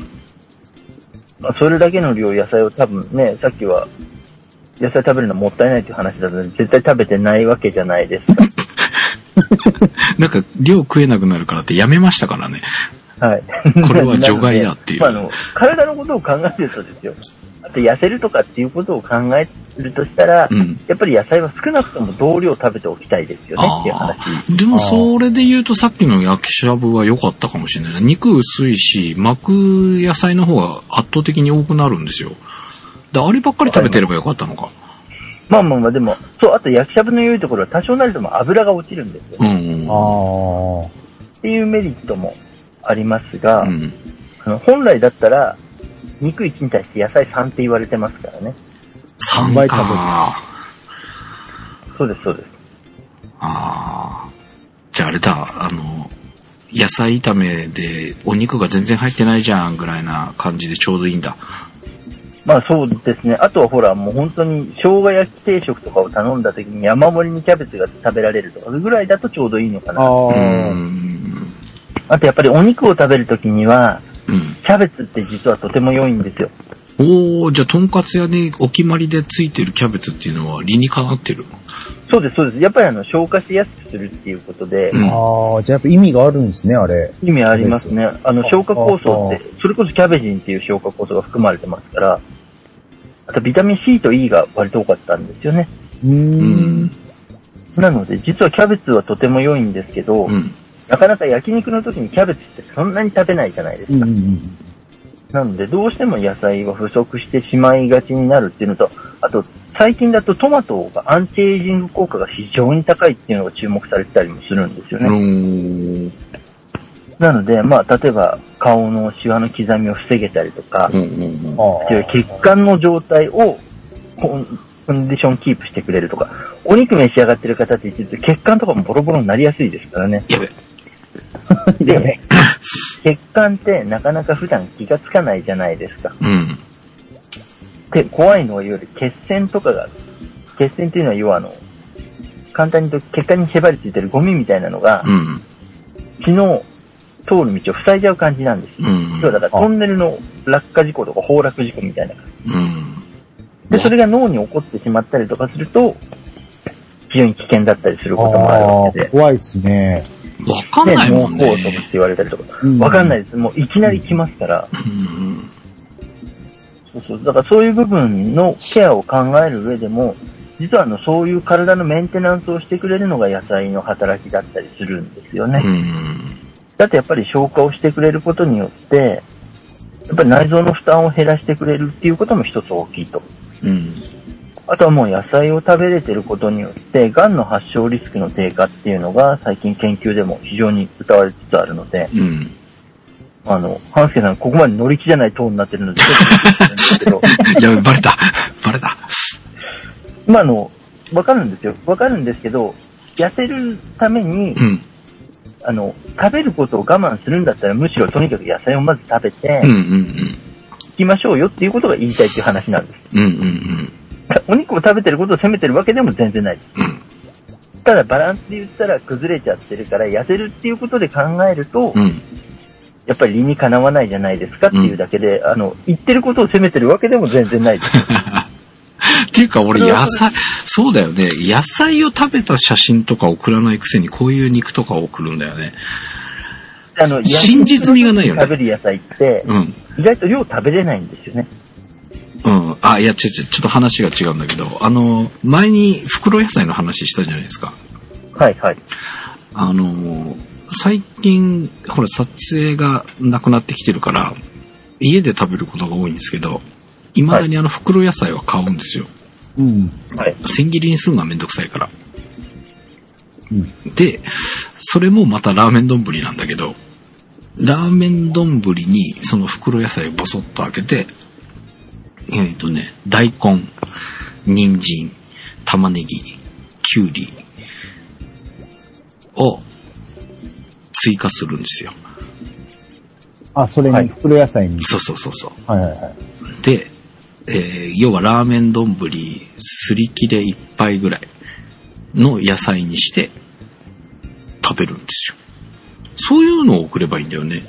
A: まあそれだけの量野菜を多分ね、さっきは野菜食べるのもったいないっていう話だったので、絶対食べてないわけじゃないですか。
C: なんか、量食えなくなるからってやめましたからね。
A: はい。
C: これは除外だってい う
A: まあ、あの、体のことを考えるとですよ。あと痩せるとかっていうことを考えるとしたら、
C: うん。
A: やっぱり野菜は少なくとも同量食べておきたいですよねっていう
C: あ
A: 話。
C: あ。でも、それで言うと、さっきの焼きしゃぶは良かったかもしれない。肉薄いし、巻く野菜の方が圧倒的に多くなるんですよ。で、あればっかり食べてればよかったのか。
A: まあまあまあでも、そう、あと焼きしゃぶの良いところは多少なりとも油が落ちるんですよ
C: う。ん。
B: あ。あ
A: っていうメリットもありますが、
C: うん。
A: あの本来だったら、肉1に対して野菜3って言われてますからね。
C: 3
B: 倍
C: か。
B: 食べる
C: あ
A: そうです、そうです。
C: あ。じゃああれだ、あの、野菜炒めでお肉が全然入ってないじゃんぐらいな感じでちょうどいいんだ。
A: まあそうですね。あとはほら、もう本当に生姜焼き定食とかを頼んだ時に山盛りにキャベツが食べられるとかぐらいだとちょうどいいのか
B: あ。
A: な。あ
C: う
B: ああ。
C: ん。
A: とやっぱりお肉を食べる時には、
C: うん。
A: キャベツって実はとても良いんですよ。
C: おー、じゃあ、とんかつ屋でお決まりでついてるキャベツっていうのは理にかなってる
A: そうです、そうです。やっぱりあの、消化しやすくするっていうことで、
C: うん
B: ああ、じゃあやっぱ意味があるんですね、あれ。
A: 意味ありますね。あの、消化酵素っ
B: あ
A: て、それこそキャベジンっていう消化酵素が含まれてますから、あとビタミン C と E が割と多かったんですよね。
B: うー
C: うんん。。
A: なので、実はキャベツはとても良いんですけど、
C: うん。
A: なかなか焼肉の時にキャベツってそんなに食べないじゃないです
B: うん
A: か。
B: うん。
A: なので、どうしても野菜は不足してしまいがちになるっていうのと、あと、最近だとトマトがアンチエイジング効果が非常に高いっていうのが注目されてたりもするんですよね。
C: うん。
A: なので、まあ、例えば、顔のシワの刻みを防げたりとか、
C: うんうん
B: ああ。
A: 血管の状態をコンコンディションキープしてくれるとか、お肉召し上がってる方って言ってると血管とかもボロボロになりやすいですからね。
C: やべ。
B: だよね。
A: 血管ってなかなか普段気がつかないじゃないですか。
C: うん。
A: で、怖いのはいわゆる血栓とかが血栓っていうのは要はあの、簡単に言うと血管に縛りついてるゴミみたいなのが
C: う、ん。
A: 血の通る道を塞いじゃう感じなんですよ。
C: うん
A: 要。はだからトンネルの落下事故とか崩落事故みたいな感
C: うん。
A: じ。で、それが脳に起こってしまったりとかすると、非常に危険だったりすることもあるわけ
B: あー
A: で。
B: 怖いですね。
C: わかんないもん
A: 脳梗塞って
C: ね。
A: 言われたりとか。
B: うん
A: わかんないです。もういきなり来ますから。
C: うん。
A: そうそう。だからそういう部分のケアを考える上でも、実はあの、そういう体のメンテナンスをしてくれるのが野菜の働きだったりするんですよね。
C: うん。
A: だってやっぱり消化をしてくれることによって、やっぱり内臓の負担を減らしてくれるっていうことも一つ大きいと。
C: うん。
A: あとはもう野菜を食べれてることによって、癌の発症リスクの低下っていうのが最近研究でも非常に歌われつつあるので、
C: うん。
A: あの、半助さんここまで乗り気じゃないトーンになってるので、ちょっとなんですけど、
C: やべ、バレた。バレた。
A: まああの、わかるんですよ。わかるんですけど、痩せるために
C: う、ん。
A: あの、食べることを我慢するんだったら、むしろとにかく野菜をまず食べて
C: うん、うん
A: 行きましょうよっていうことが言いたいっていう話なんです。
C: うん。うんうん
A: お肉を食べてることを責めてるわけでも全然ないです。
C: うん。
A: ただバランスで言ったら崩れちゃってるから痩せるっていうことで考えると、
C: うん。
A: やっぱり理にかなわないじゃないですかっていうだけで、あの、言ってることを責めてるわけでも全然ないです。
C: っていうか俺野菜、そうだよね。野菜を食べた写真とか送らないくせにこういう肉とか送るんだよね。
A: あの、
C: 真実味がないよね
A: 食べる野菜って、
C: うん。
A: 意外と量食べれないんですよね。
C: うん。あ、いや、違う違う。ちょっと話が違うんだけど、あの、前に袋野菜の話したじゃないですか。
A: はいはい。
C: あの、最近、ほら、撮影がなくなってきてるから、家で食べることが多いんですけど、未だにあの袋野菜は買うんですよ。
B: うん。
A: はい。
C: 千切りにするのはめんどくさいから。
B: うん
C: で、それもまたラーメン丼なんだけど、ラーメン丼にその袋野菜をボソッと開けて、えっ、とね、大根、人参、玉ねぎ、きゅうりを追加するんですよ。
B: あ、それ
A: はい
B: に、袋野菜に。
C: そうそうそうそう。
B: はいはいはい。
C: で、えー要はラーメン丼、すり切れ一杯ぐらいの野菜にして食べるんですよ。そういうのを送ればいいんだよね。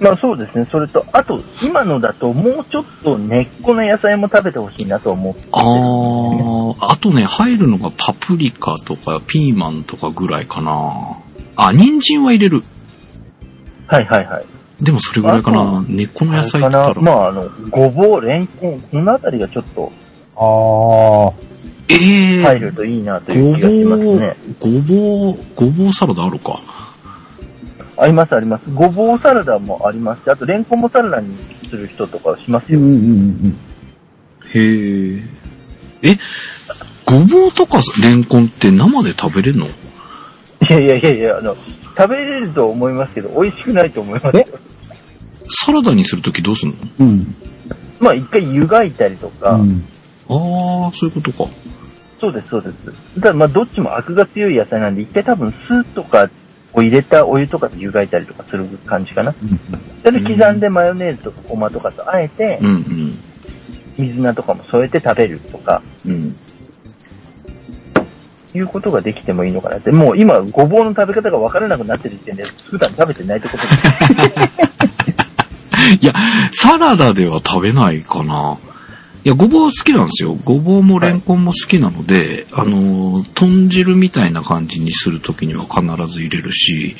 A: まあそうですね。それと、あと、今のだともうちょっと根っこの野菜も食べてほしいなと思ってて。
C: あー、あとね、入るのがパプリカとかピーマンとかぐらいかな。あ、人参は入れる。
A: はいはいはい。
C: でもそれぐらいか
A: あ
C: な。根っこの野菜って言った。
A: あれからなまああの、ごぼう、レンコン、このあたりがちょっと
B: あー。
C: えー、
A: 入るといいなという気がし
C: ご
A: ま
C: ぼ
A: す
C: う
A: ね。、
C: ごぼう、ごぼうサラダあるか。
A: ありますあります。ごぼうサラダもありますし、あとレンコンもサラダにする人とかします
B: うん
A: よ。
B: うんうん
C: へえ。え、ごぼうとかレンコンって生で食べれるの
A: いやいやいやいや、あの、食べれると思いますけど、美味しくないと思いますよ。
C: サラダにするときどうすんの
B: うん。うん。
A: まあ一回湯がいたりとか、
B: うん。
C: ああ、そういうことか。
A: そうですそうです。ただまあどっちもアクが強い野菜なんで、一回多分酢とかを入れたお湯とかで湯がいたりとかする感じかな。それで刻んでマヨネーズとかごまとかとあえて
C: う、ん
A: 水菜とかも添えて食べるとか、
C: うん。うん。
A: いうことができてもいいのかなって。もう今、ごぼうの食べ方が分からなくなってる時点で、普段食べてないってことです。
C: いや、サラダでは食べないかな。いや、ごぼう好きなんですよ。ごぼうもレンコンも好きなので、あのー、豚汁みたいな感じにするときには必ず入れるし、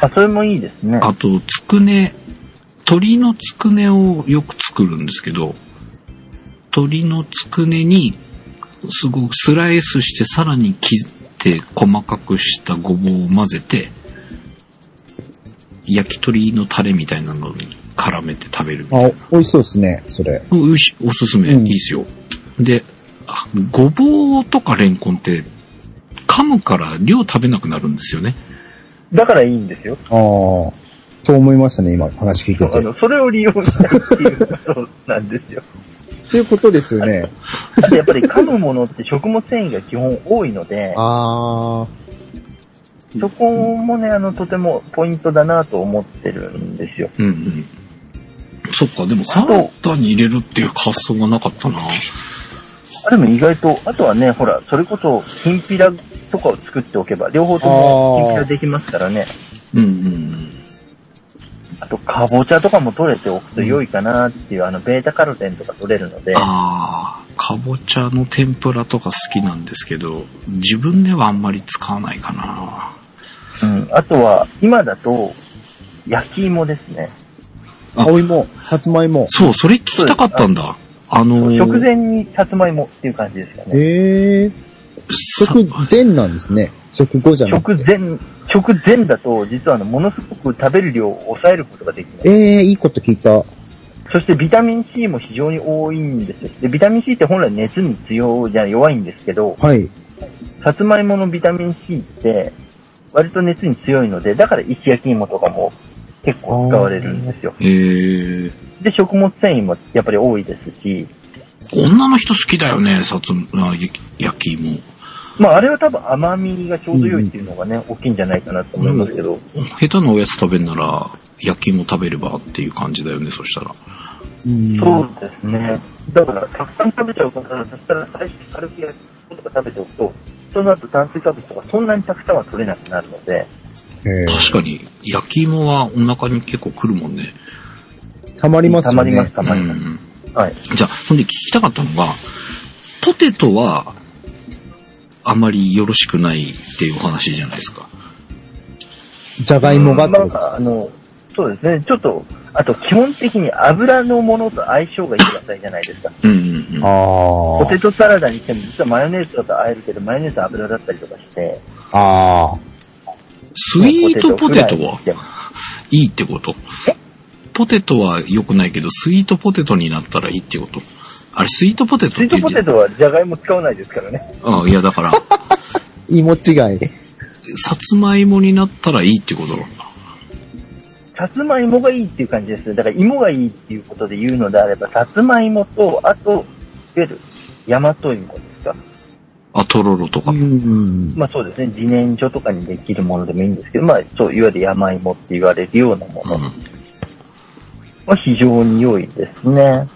A: あ、それもいいですね。
C: あと、つくね、鶏のつくねをよく作るんですけど、鶏のつくねに、すごくスライスして、さらに切って、細かくしたごぼうを混ぜて、焼き鳥のタレみたいなのに絡めて食べるみたいな
B: あ、美味しそうですね、それ。
C: うん美味しいおすすめ、
B: うん
C: いいですよ。で、あごぼうとかレンコンって、噛むから量食べなくなるんですよね。
A: だからいいんですよ。
B: ああ。と思いましたね、今、話聞いて
A: あ
B: て。
A: の、それを利用したいっていうことなんですよ。
B: ということですよね。
A: あとやっぱり噛むものって食物繊維が基本多いので、
B: ああ。
A: そこもね、あの、とてもポイントだなと思ってるんですよ。
C: うんうん。そっか、でもサラダに入れるっていう発想がなかったな。
A: あでも意外と、あとはね、ほら、それこそ、きんぴらとかを作っておけば、両方ともきんぴらできますからね。
C: うんうん
A: あと、かぼちゃとかも取れておくと良いかなっていう、あの、ベータカロテンとか取れるので、
C: ああ、かぼちゃの天ぷらとか好きなんですけど、自分ではあんまり使わないかな。
A: うん。あとは、今だと、焼き芋ですね。
C: あ
B: 青芋、さつまいも。
C: そう、それ聞きたかったんだ。あのー、
A: 食前にさつまいもっていう感じですかね。
B: ええ
C: さ
B: 食前なんですね。食後じゃなく
A: 食
B: て。
A: 前、食前だと、実はあの、ものすごく食べる量を抑えることができます。
B: ええいいこと聞いた。
A: そしてビタミン C も非常に多いんですよ。で、ビタミン C って本来熱に強いじゃ弱いんですけど、
B: はい。
A: さつまいものビタミン C って、割と熱に強いので、だから石焼き芋とかも結構使われるんですよ。
C: えー、
A: で、食物繊維もやっぱり多いですし、
C: 女の人好きだよね、さつま、焼き芋。
A: まああれは多分甘みがちょうど良いっていうのがね、大きいんじゃないかなと思いますけど、
C: 下手なおやつ食べんなら、焼き芋食べればっていう感じだよね、そしたら。
B: うん
A: そうですね。だから、たくさん食べちゃうから、そしたら最初に軽く焼き芋とか食べておくと、その後炭水化物とかそんなにたくさんは取れなくなるので、
B: え
C: 確かに、焼き芋はお腹に結構くるもんね。
B: えたまります
A: た
B: よね。
A: まります、た
C: う
A: まります。
C: ん。
A: はい。
C: じゃあ、ほんで聞きたかったのが、ポテトは、あまりよろしくないっていうお話じゃないですか。
B: じゃがいもがってこと
A: ま
B: です
A: あ、あの、そうですね。ちょっと、あと基本的に油のものと相性がいい野菜じゃないですか。
C: うんうんうん。
B: あ
A: ポ
B: ー
A: テトサラダにしても実はマヨネーズだと和えるけど、マヨネーズは油だったりとかして。
B: あ
C: スイートポテト
A: フライに
C: は
A: しても
C: いいってこと
A: え
C: ポテトは良くないけど、スイートポテトになったらいいってことあれ、スイートポテト
A: スイ
C: っ
A: ー
C: て
A: トポ
C: 言うじゃ
A: テ
C: ん。
A: トはじゃがいも使わないですからね。
C: あいや、だから、
B: ー。芋違い。
C: さつまいもになったらいいってことなんだ。
A: さつまいもがいいっていう感じですね。だから芋がいいっていうことで言うのであれば、さつまいもと、あと、いわゆる、大和芋ですか。
C: あ、とろろとか。
B: ん。
A: まあそうですね。自然薯とかにできるものでもいいんですけど、まあそう、いわゆる山芋って言われるようなもの
C: う
A: は非常に良いですね。
C: ん。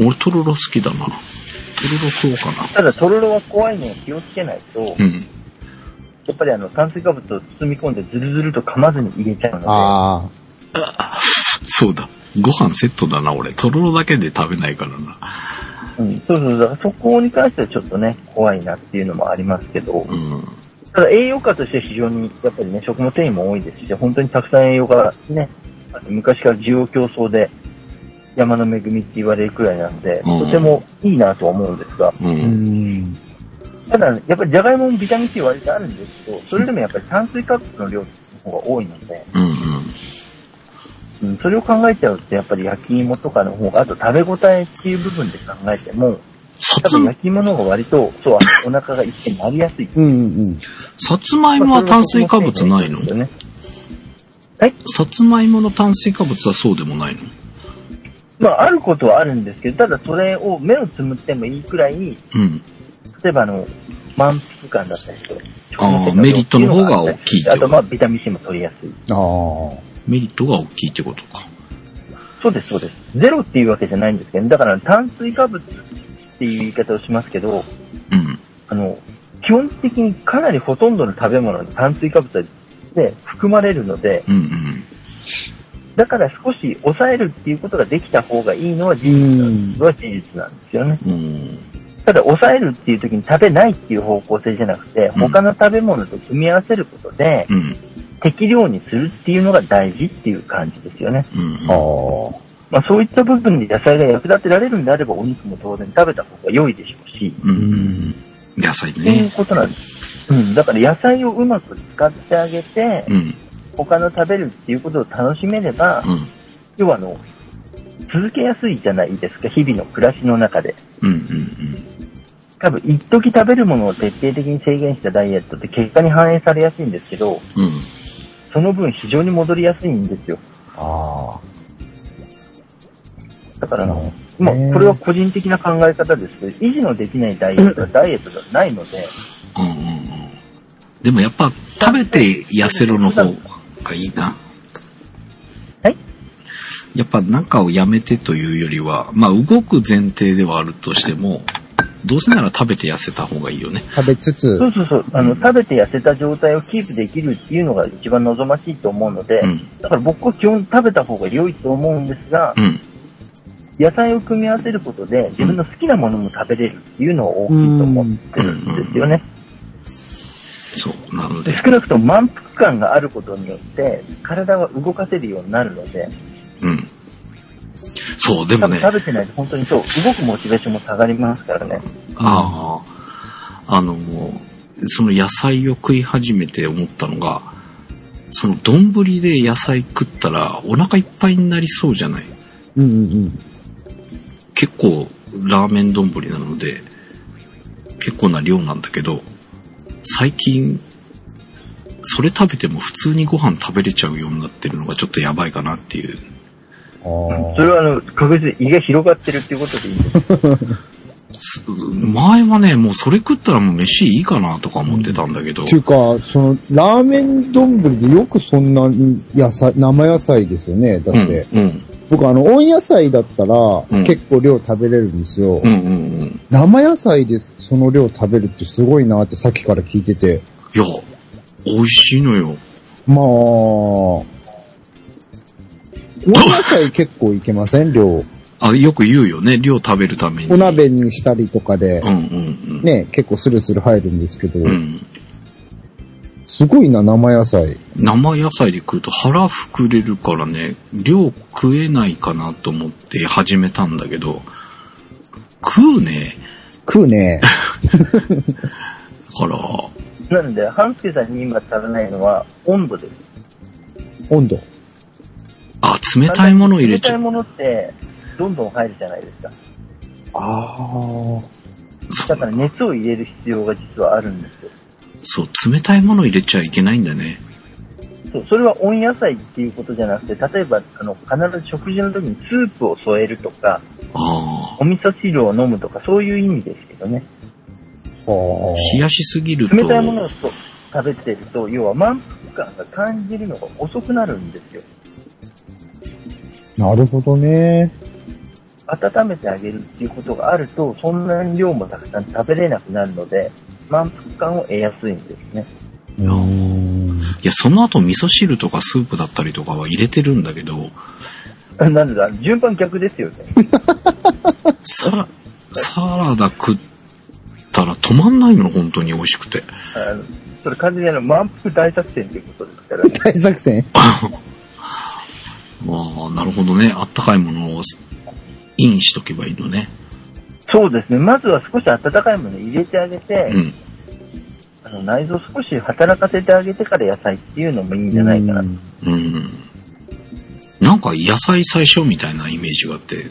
C: 俺、とろろ好きだな。とろろ食おうか
A: ただ、とろろは怖いのを気をつけないと、
C: な。うん。
A: やっぱりあの、炭水化物を包み込んでズルズルと噛まずに入れちゃうので、
B: あ
C: そうだ。ご飯セットだな、俺。とろろだけで食べないからな。
A: うん、そうそう、だからそこに関してはちょっとね、怖いなっていうのもありますけど、
C: うん。
A: ただ栄養価として非常に、やっぱりね、食物繊維も多いですし、本当にたくさん栄養がね、あの昔から需要競争で、山の恵みって言われるくらいなんで、
C: うん
A: とてもいいなとは思うんですが、
C: う
B: あ。
C: ん。
B: ん。
A: ただ、やっぱりじゃがいももビタミン C 割とあるんですけど、それでもやっぱり炭水化物の量の方が多いので、
C: うんうん。
A: うん、それを考えちゃうと、やっぱり焼き芋とかの方が、あと食べ応えっていう部分で考えても、
C: さ
A: 多
C: つ
A: 分、焼き芋の方が割と、そう、あのお腹が一気になりやすい。
B: うんうん。
C: さつまいもは炭水化物ないの
A: ね、
C: さつまいもの炭水化物はそうでもないの
A: まあ、あることはあるんですけど、ただそれを目をつむってもいいくらいに、
C: うん。
A: 例えばあの、満腹感だったりと
C: あーメリットの方が大きいってこ
A: あ
C: と
A: と、まあ、ビタミン C も取りやすい。
B: ああ。
C: メリットが大きいってことか。
A: そうです、そうです。ゼロっていうわけじゃないんですけど、だから炭水化物っていう言い方をしますけど、
C: うん。
A: あの、基本的にかなりほとんどの食べ物に炭水化物で含まれるので、
C: うんうん。
A: だから少し抑えるっていうことができた方がいいのは事
B: うん
A: 実は事実なんですよね。
C: うん。
A: ただ抑えるっていう時に食べないっていう方向性じゃなくて、
C: うん
A: 他の食べ物と組み合わせることで
C: うん。
A: 適量にするっていうのが大事っていう感じですよね。
C: うん。
B: ああ。
A: まあそういった部分で野菜が役立てられるんであればお肉も当然食べた方が良いでしょうし、
C: うん。野菜
A: っていう
C: ね。
A: ことなんです。うん、だから野菜をうまく使ってあげて、
C: うん。
A: 他の食べるっていうことを楽しめれば、
C: うん。
A: 要はあの、続けやすいじゃないですか、日々の暮らしの中で。
C: うんうん
A: 多分、一時食べるものを徹底的に制限したダイエットって結果に反映されやすいんですけど、
C: うん。うん。
A: その分非常に戻りやすいんですよ。
B: あ
A: だからあの、
B: あ。
A: まあ
B: ね、
A: これは個人的な考え方ですけど、維持のできないダイエットはダイエットではないので、
C: うんうんうん。でもやっぱ食べて痩せるの方がいいな。
A: はい
C: やっぱなんかをやめてというよりは、まあ動く前提ではあるとしても、どうせなら食べて痩せた方がいいよね。
B: 食べつつ
A: そ、うそうそう。あの、食べて痩せた状態をキープできるっていうのが一番望ましいと思うので、
C: うん。
A: だから僕は基本食べた方が良いと思うんですが
C: う、ん。
A: 野菜を組み合わせることで自分の好きなものも食べれるっていうのは大きいと思ってるんですよね。
C: そう。なので、
A: 少なくとも満腹感があることによって、体は動かせるようになるので、
C: うん。そう、で
A: 多
C: も
A: 分
C: ね、
A: 食べてないと本当にそう、動くモチベーションも下がりますからね。
C: ああ、あの、その野菜を食い始めて思ったのが、その丼で野菜食ったらお腹いっぱいになりそうじゃない
B: うんうん
C: 結構ラーメン丼なので、結構な量なんだけど、最近、それ食べても普通にご飯食べれちゃうようになってるのがちょっとやばいかなっていう。
B: う
A: そ
B: ん。
A: れはあの、確実に胃が広がってるっていうことでいいんです。
C: す前はね、もうそれ食ったらもう飯いいかなとか思ってたんだけど、
B: っていうか、その、ラーメン丼でよくそんな野菜、生野菜ですよね。だ
C: うん、
B: って、
C: うん、
B: 僕あの、温野菜だったら、
C: ん
B: 結構量食べれるんですよ。
C: うん、うん、うん。
B: 生野菜でその量食べるってすごいなってさっきから聞いてて。
C: いや、美味しいのよ。
B: まあ、温野菜結構いけません量。
C: あ、よく言うよね、量食べるために。
B: お鍋にしたりとかで
C: う、ん、うん、
B: ね、結構スルスル入るんですけど
C: うん。う、ん。
B: すごいな、生野菜。
C: 生野菜で食うと腹膨れるからね、量食えないかなと思って始めたんだけど、食うね。
B: 食うね。
C: だから、
A: なんで、半助さんに今足らないのは温度です。
B: 温度。
C: あ、冷たいもの入れちゃ。
A: 冷たいうものって、どんどん入るじゃないですか。
B: ああ。
A: だから熱を入れる必要が実はあるんですよ。
C: そう、冷たいもの入れちゃいけないんだね。
A: そう、それは温野菜っていうことじゃなくて、例えば、あの、必ず食事の時にスープを添えるとか、
C: ああ。
A: お味噌汁を飲むとか、そういう意味ですけどね。
C: 冷やしすぎると。
A: 冷たいものをそう食べてると、要は満腹感が感じるのが遅くなるんですよ。
B: なるほどね。
A: 温めてあげるっていうことがあると、そんなに量もたくさん食べれなくなるので、満腹感を得やすいんですね。
B: うーん
C: いや、その後味噌汁とかスープだったりとかは入れてるんだけど、
A: なんだ、順番逆ですよね。
C: サラ、サラダ食ったら止まんないの、本当に美味しくて。
A: あのそれ完全にあの満腹大作戦っていうことですからね。
B: 大作戦
C: ああ、なるほどね。あったかいものをインしとけばいいのね。
A: そうですね。まずは少し温かいもの入れてあげて、
C: うん。
A: あの内臓少し働かせてあげてから野菜っていうのもいいんじゃないかな。
B: うん
C: うん。なんか野菜最初みたいなイメージがあって、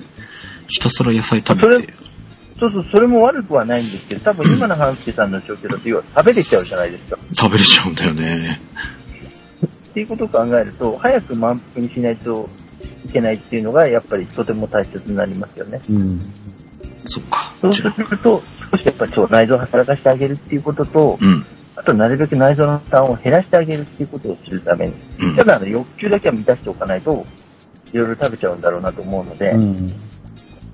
C: ひたすら野菜食べて。
A: そうそう、それも悪くはないんですけど、多分今の半助さんの状況だと、要は食べれちゃうじゃないですか。
C: 食べれちゃうんだよね。
A: っていうことを考えると、早く満腹にしないといけないっていうのが、やっぱりとても大切になりますよね。
B: うん。
C: そっか。
A: そう
C: じ
A: す
C: ゃあ
A: ると、少しやっぱりそう内臓を働かせてあげるっていうことと、
C: うん。
A: あとなるべく内臓の負担を減らしてあげるっていうことをするために、
C: うん
A: た。だあの欲求だけは満たしておかないと、いろいろ食べちゃうんだろうなと思うので、
B: うん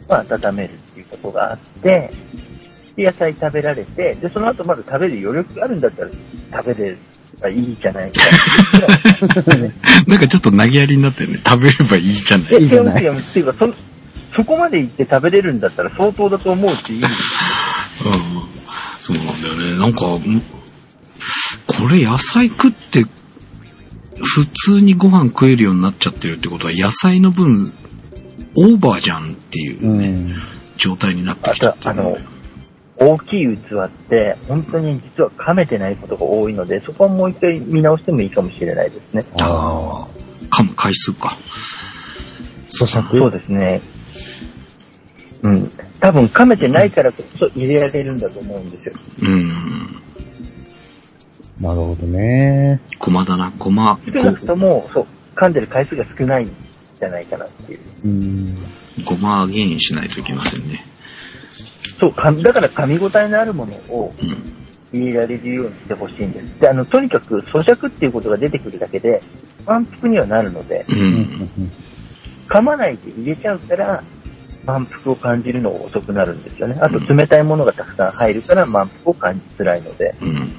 A: まあ、温めるっていうことがあって、で野菜食べられて、で、その後まだ食べる余力があるんだったら、食べればいいじゃないか。
C: なんかちょっと投げやりになってるね。食べればいいじゃな い。
B: いいじゃない
A: いややっていうか、そ、そこまで行って食べれるんだったら相当だと思うっていい。
C: うん。そうなんだよね。なんか、んこれ野菜食って、普通にご飯食えるようになっちゃってるってことは、野菜の分、オーバーじゃんっていううね、
B: ん。
C: 状態になって
A: あ
C: きちゃっ
A: と、
C: て
A: あ
C: るね
A: の、大きい器って、本当に実は噛めてないことが多いので、そこはもう一回見直してもいいかもしれないですね。
C: ああ、噛む回数か。
B: 咀嚼
A: そうですね。うん。多分噛めてないからこそ入れられるんだと思うんですよ。
C: うん。
B: なるほどね。
C: ごまだな、ごま。
A: 少なくとも、そう、噛んでる回数が少ないんじゃないかなっていう。
B: うん。
C: ごま減塩しないといけませんね。
A: そう、噛みだから噛み応えのあるものを
C: うん。
A: 入れられるようにしてほしいんです。で、あの、とにかく咀嚼っていうことが出てくるだけで、満腹にはなるので、
C: う。
B: うんん
A: 噛まないで入れちゃうから、満腹を感じるのが遅くなるんですよね。あと冷たいものがたくさん入るから満腹を感じづらいので。
C: うん。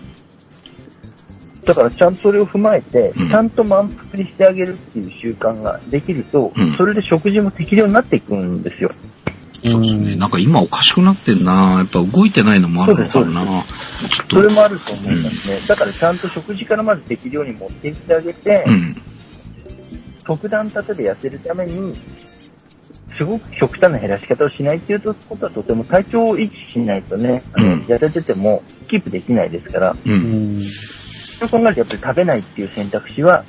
A: だからちゃんとそれを踏まえて、
C: うん
A: ちゃんと満腹にしてあげるっていう習慣ができると、
C: うん
A: それで食事も適量になっていくんですよ。
C: そうですね。なんか今おかしくなってんなやっぱ動いてないのもあるのかもなちょっと
A: そ、れもあると思いますね。だからちゃんと食事からまず適量に持っていってあげて、
C: うん。
A: 特段立てで痩せるために、すごく極端な減らし方をしないっていうことはとても体調を維持しないとね、あの
C: うん
A: 痩せててもキープできないですから、
B: う
C: う。
B: んん。
A: そう考えるとやっぱり食べないっていう選択肢は、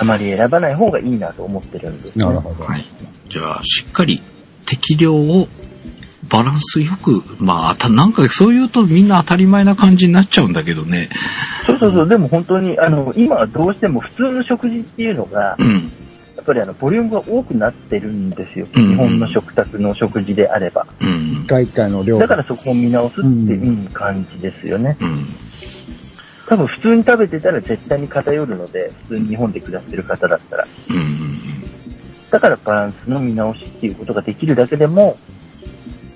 A: あまり選ばない方がいいなと思ってるんです、ね。
B: なるほど。
C: はい。じゃあ、しっかり適量をバランスよく、まあ、た、なんかそう言うとみんな当たり前な感じになっちゃうんだけどね。
A: そうそうそう、でも本当に、あの、今はどうしても普通の食事っていうのが、
C: うん。
A: やっぱりあの、ボリュームが多くなってるんですよ。
C: うん
A: 日本の食卓の食事であれば。
C: うん
B: 一。回一回の量
A: だか
B: が。
A: らそこを見直すっていう
B: う
A: うん感じですよね。
C: うん。
A: 多分普通に食べてたら絶対に偏るので、普通に日本で暮らしてる方だったら。
C: うん。
A: だからバランスの見直しっていうことができるだけでも、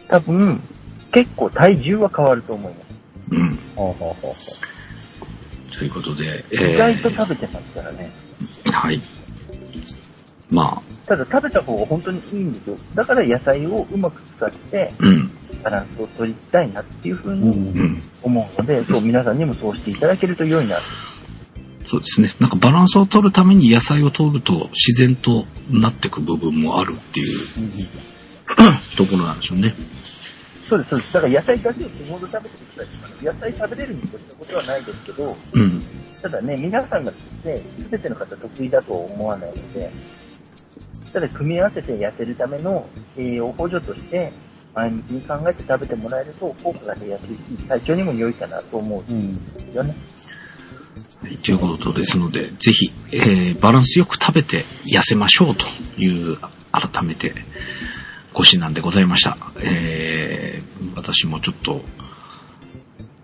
A: 多分、結構体重は変わると思います。
C: うん。
B: ほうほうほうほ
C: ということで、え
A: 意外と
C: ー、
A: 食べてますからね。
C: はい。ま
A: ただ食べた方が本当にいいんですよ。だから野菜をうまく使って、
C: あ、うん。
A: バランスを取りたいなっていうふう
B: うう
A: に
B: ん
C: うん。
A: 思うので、そう、皆さんにもそうしていただけると良いな。
C: そうですね。なんかバランスを取るために野菜を取ると自然となってく部分もあるっていうところなんでしょうね。
A: そうです、そうです。だから野菜だけを日頃食べてください。野菜食べれるに越したことはないですけど、
C: うん。
A: ただね、皆さんがね、全ての方得意だとは思わないので、ただ組み合わせて痩せるための栄養補助として、毎日に考えて食べてもらえると効果が出やすいし、体調にも良いかなと思うん
B: うん
A: ですよね。
C: はいということですので、ぜひ、えーバランスよく食べて痩せましょうという、改めて、ご指南でございました。えー私もちょっと、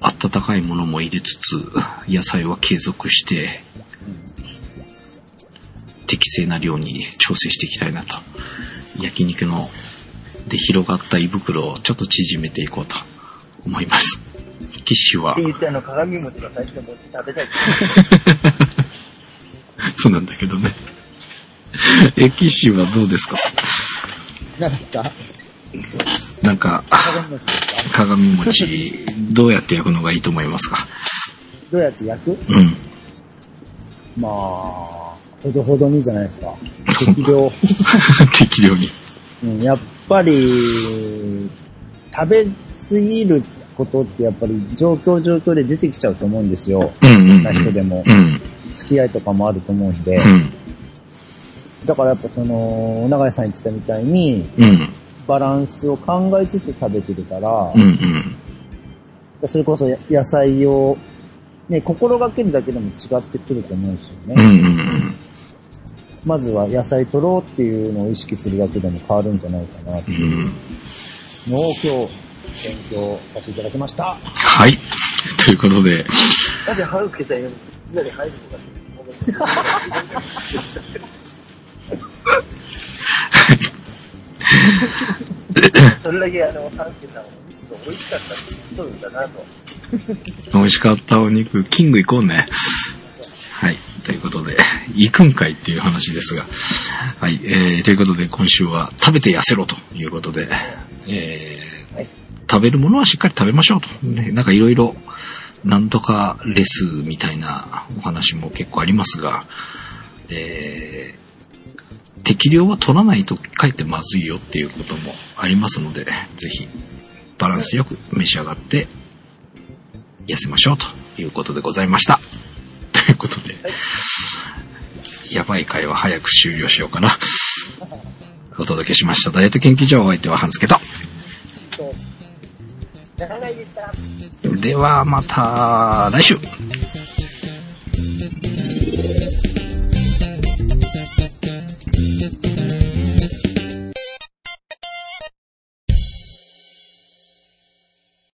C: 温かいものも入れつつ、野菜は継続して、適正な量に調整していきたいなと。焼肉の、で広がった胃袋をちょっと縮めていこうと思います。キッシュは
A: って、言って、あの、鏡餅が最初に餅食べたい。
C: そうなんだけどね。 駅シはどうですか
B: 何ですか
C: なんか、
B: 鏡餅ですか
C: 鏡餅、どうやって焼くのがいいと思いますか
B: どうやって焼く
C: うん。
B: まあ、ほどほどにじゃないですか。適量。
C: 適量に。
B: うん、やっぱり、食べ過ぎることってやっぱり状況状況で出てきちゃうと思うんですよ。
C: うんうん、
B: な
C: うん。
B: 人でも
C: うん。
B: 付き合いとかもあると思うんで。
C: うん。
B: だからやっぱその、長井さん言ってたみたいに、
C: うん。
B: バランスを考えつつ食べてるから、
C: うん。うん。
B: それこそや野菜を、ね、心がけるだけでも違ってくると思うんですよね。
C: うん。うん。
B: まずは野菜取ろうっていうのを意識するだけでも変わるんじゃないかなって
C: う
B: い
C: ん。
B: うのを今日、勉強させていただきました。
C: はい。ということで、
A: なぜ歯を受けたように、みんなで入るのかって思って。 それだけあの、サンケさんを見ると美味しかったってそうだなと。
C: 美味しかったお肉、キング行こうね。はい。ということで、行くんかいっていう話ですが。はい。えー、ということで、今週は食べて痩せろということで、えー
A: はい
C: 食べるものはしっかり食べましょうと。ね、なんかいろいろ、なんとかレスみたいなお話も結構ありますが、えー適量は取らないと書いてまずいよっていうこともありますので、ぜひ、バランスよく召し上がって痩せましょうということでございました。 ということで、やばい会は早く終了しようかな。お届けしました。ダイエット研究所お相手は半助と。
A: 長いでした。
C: ではまた来週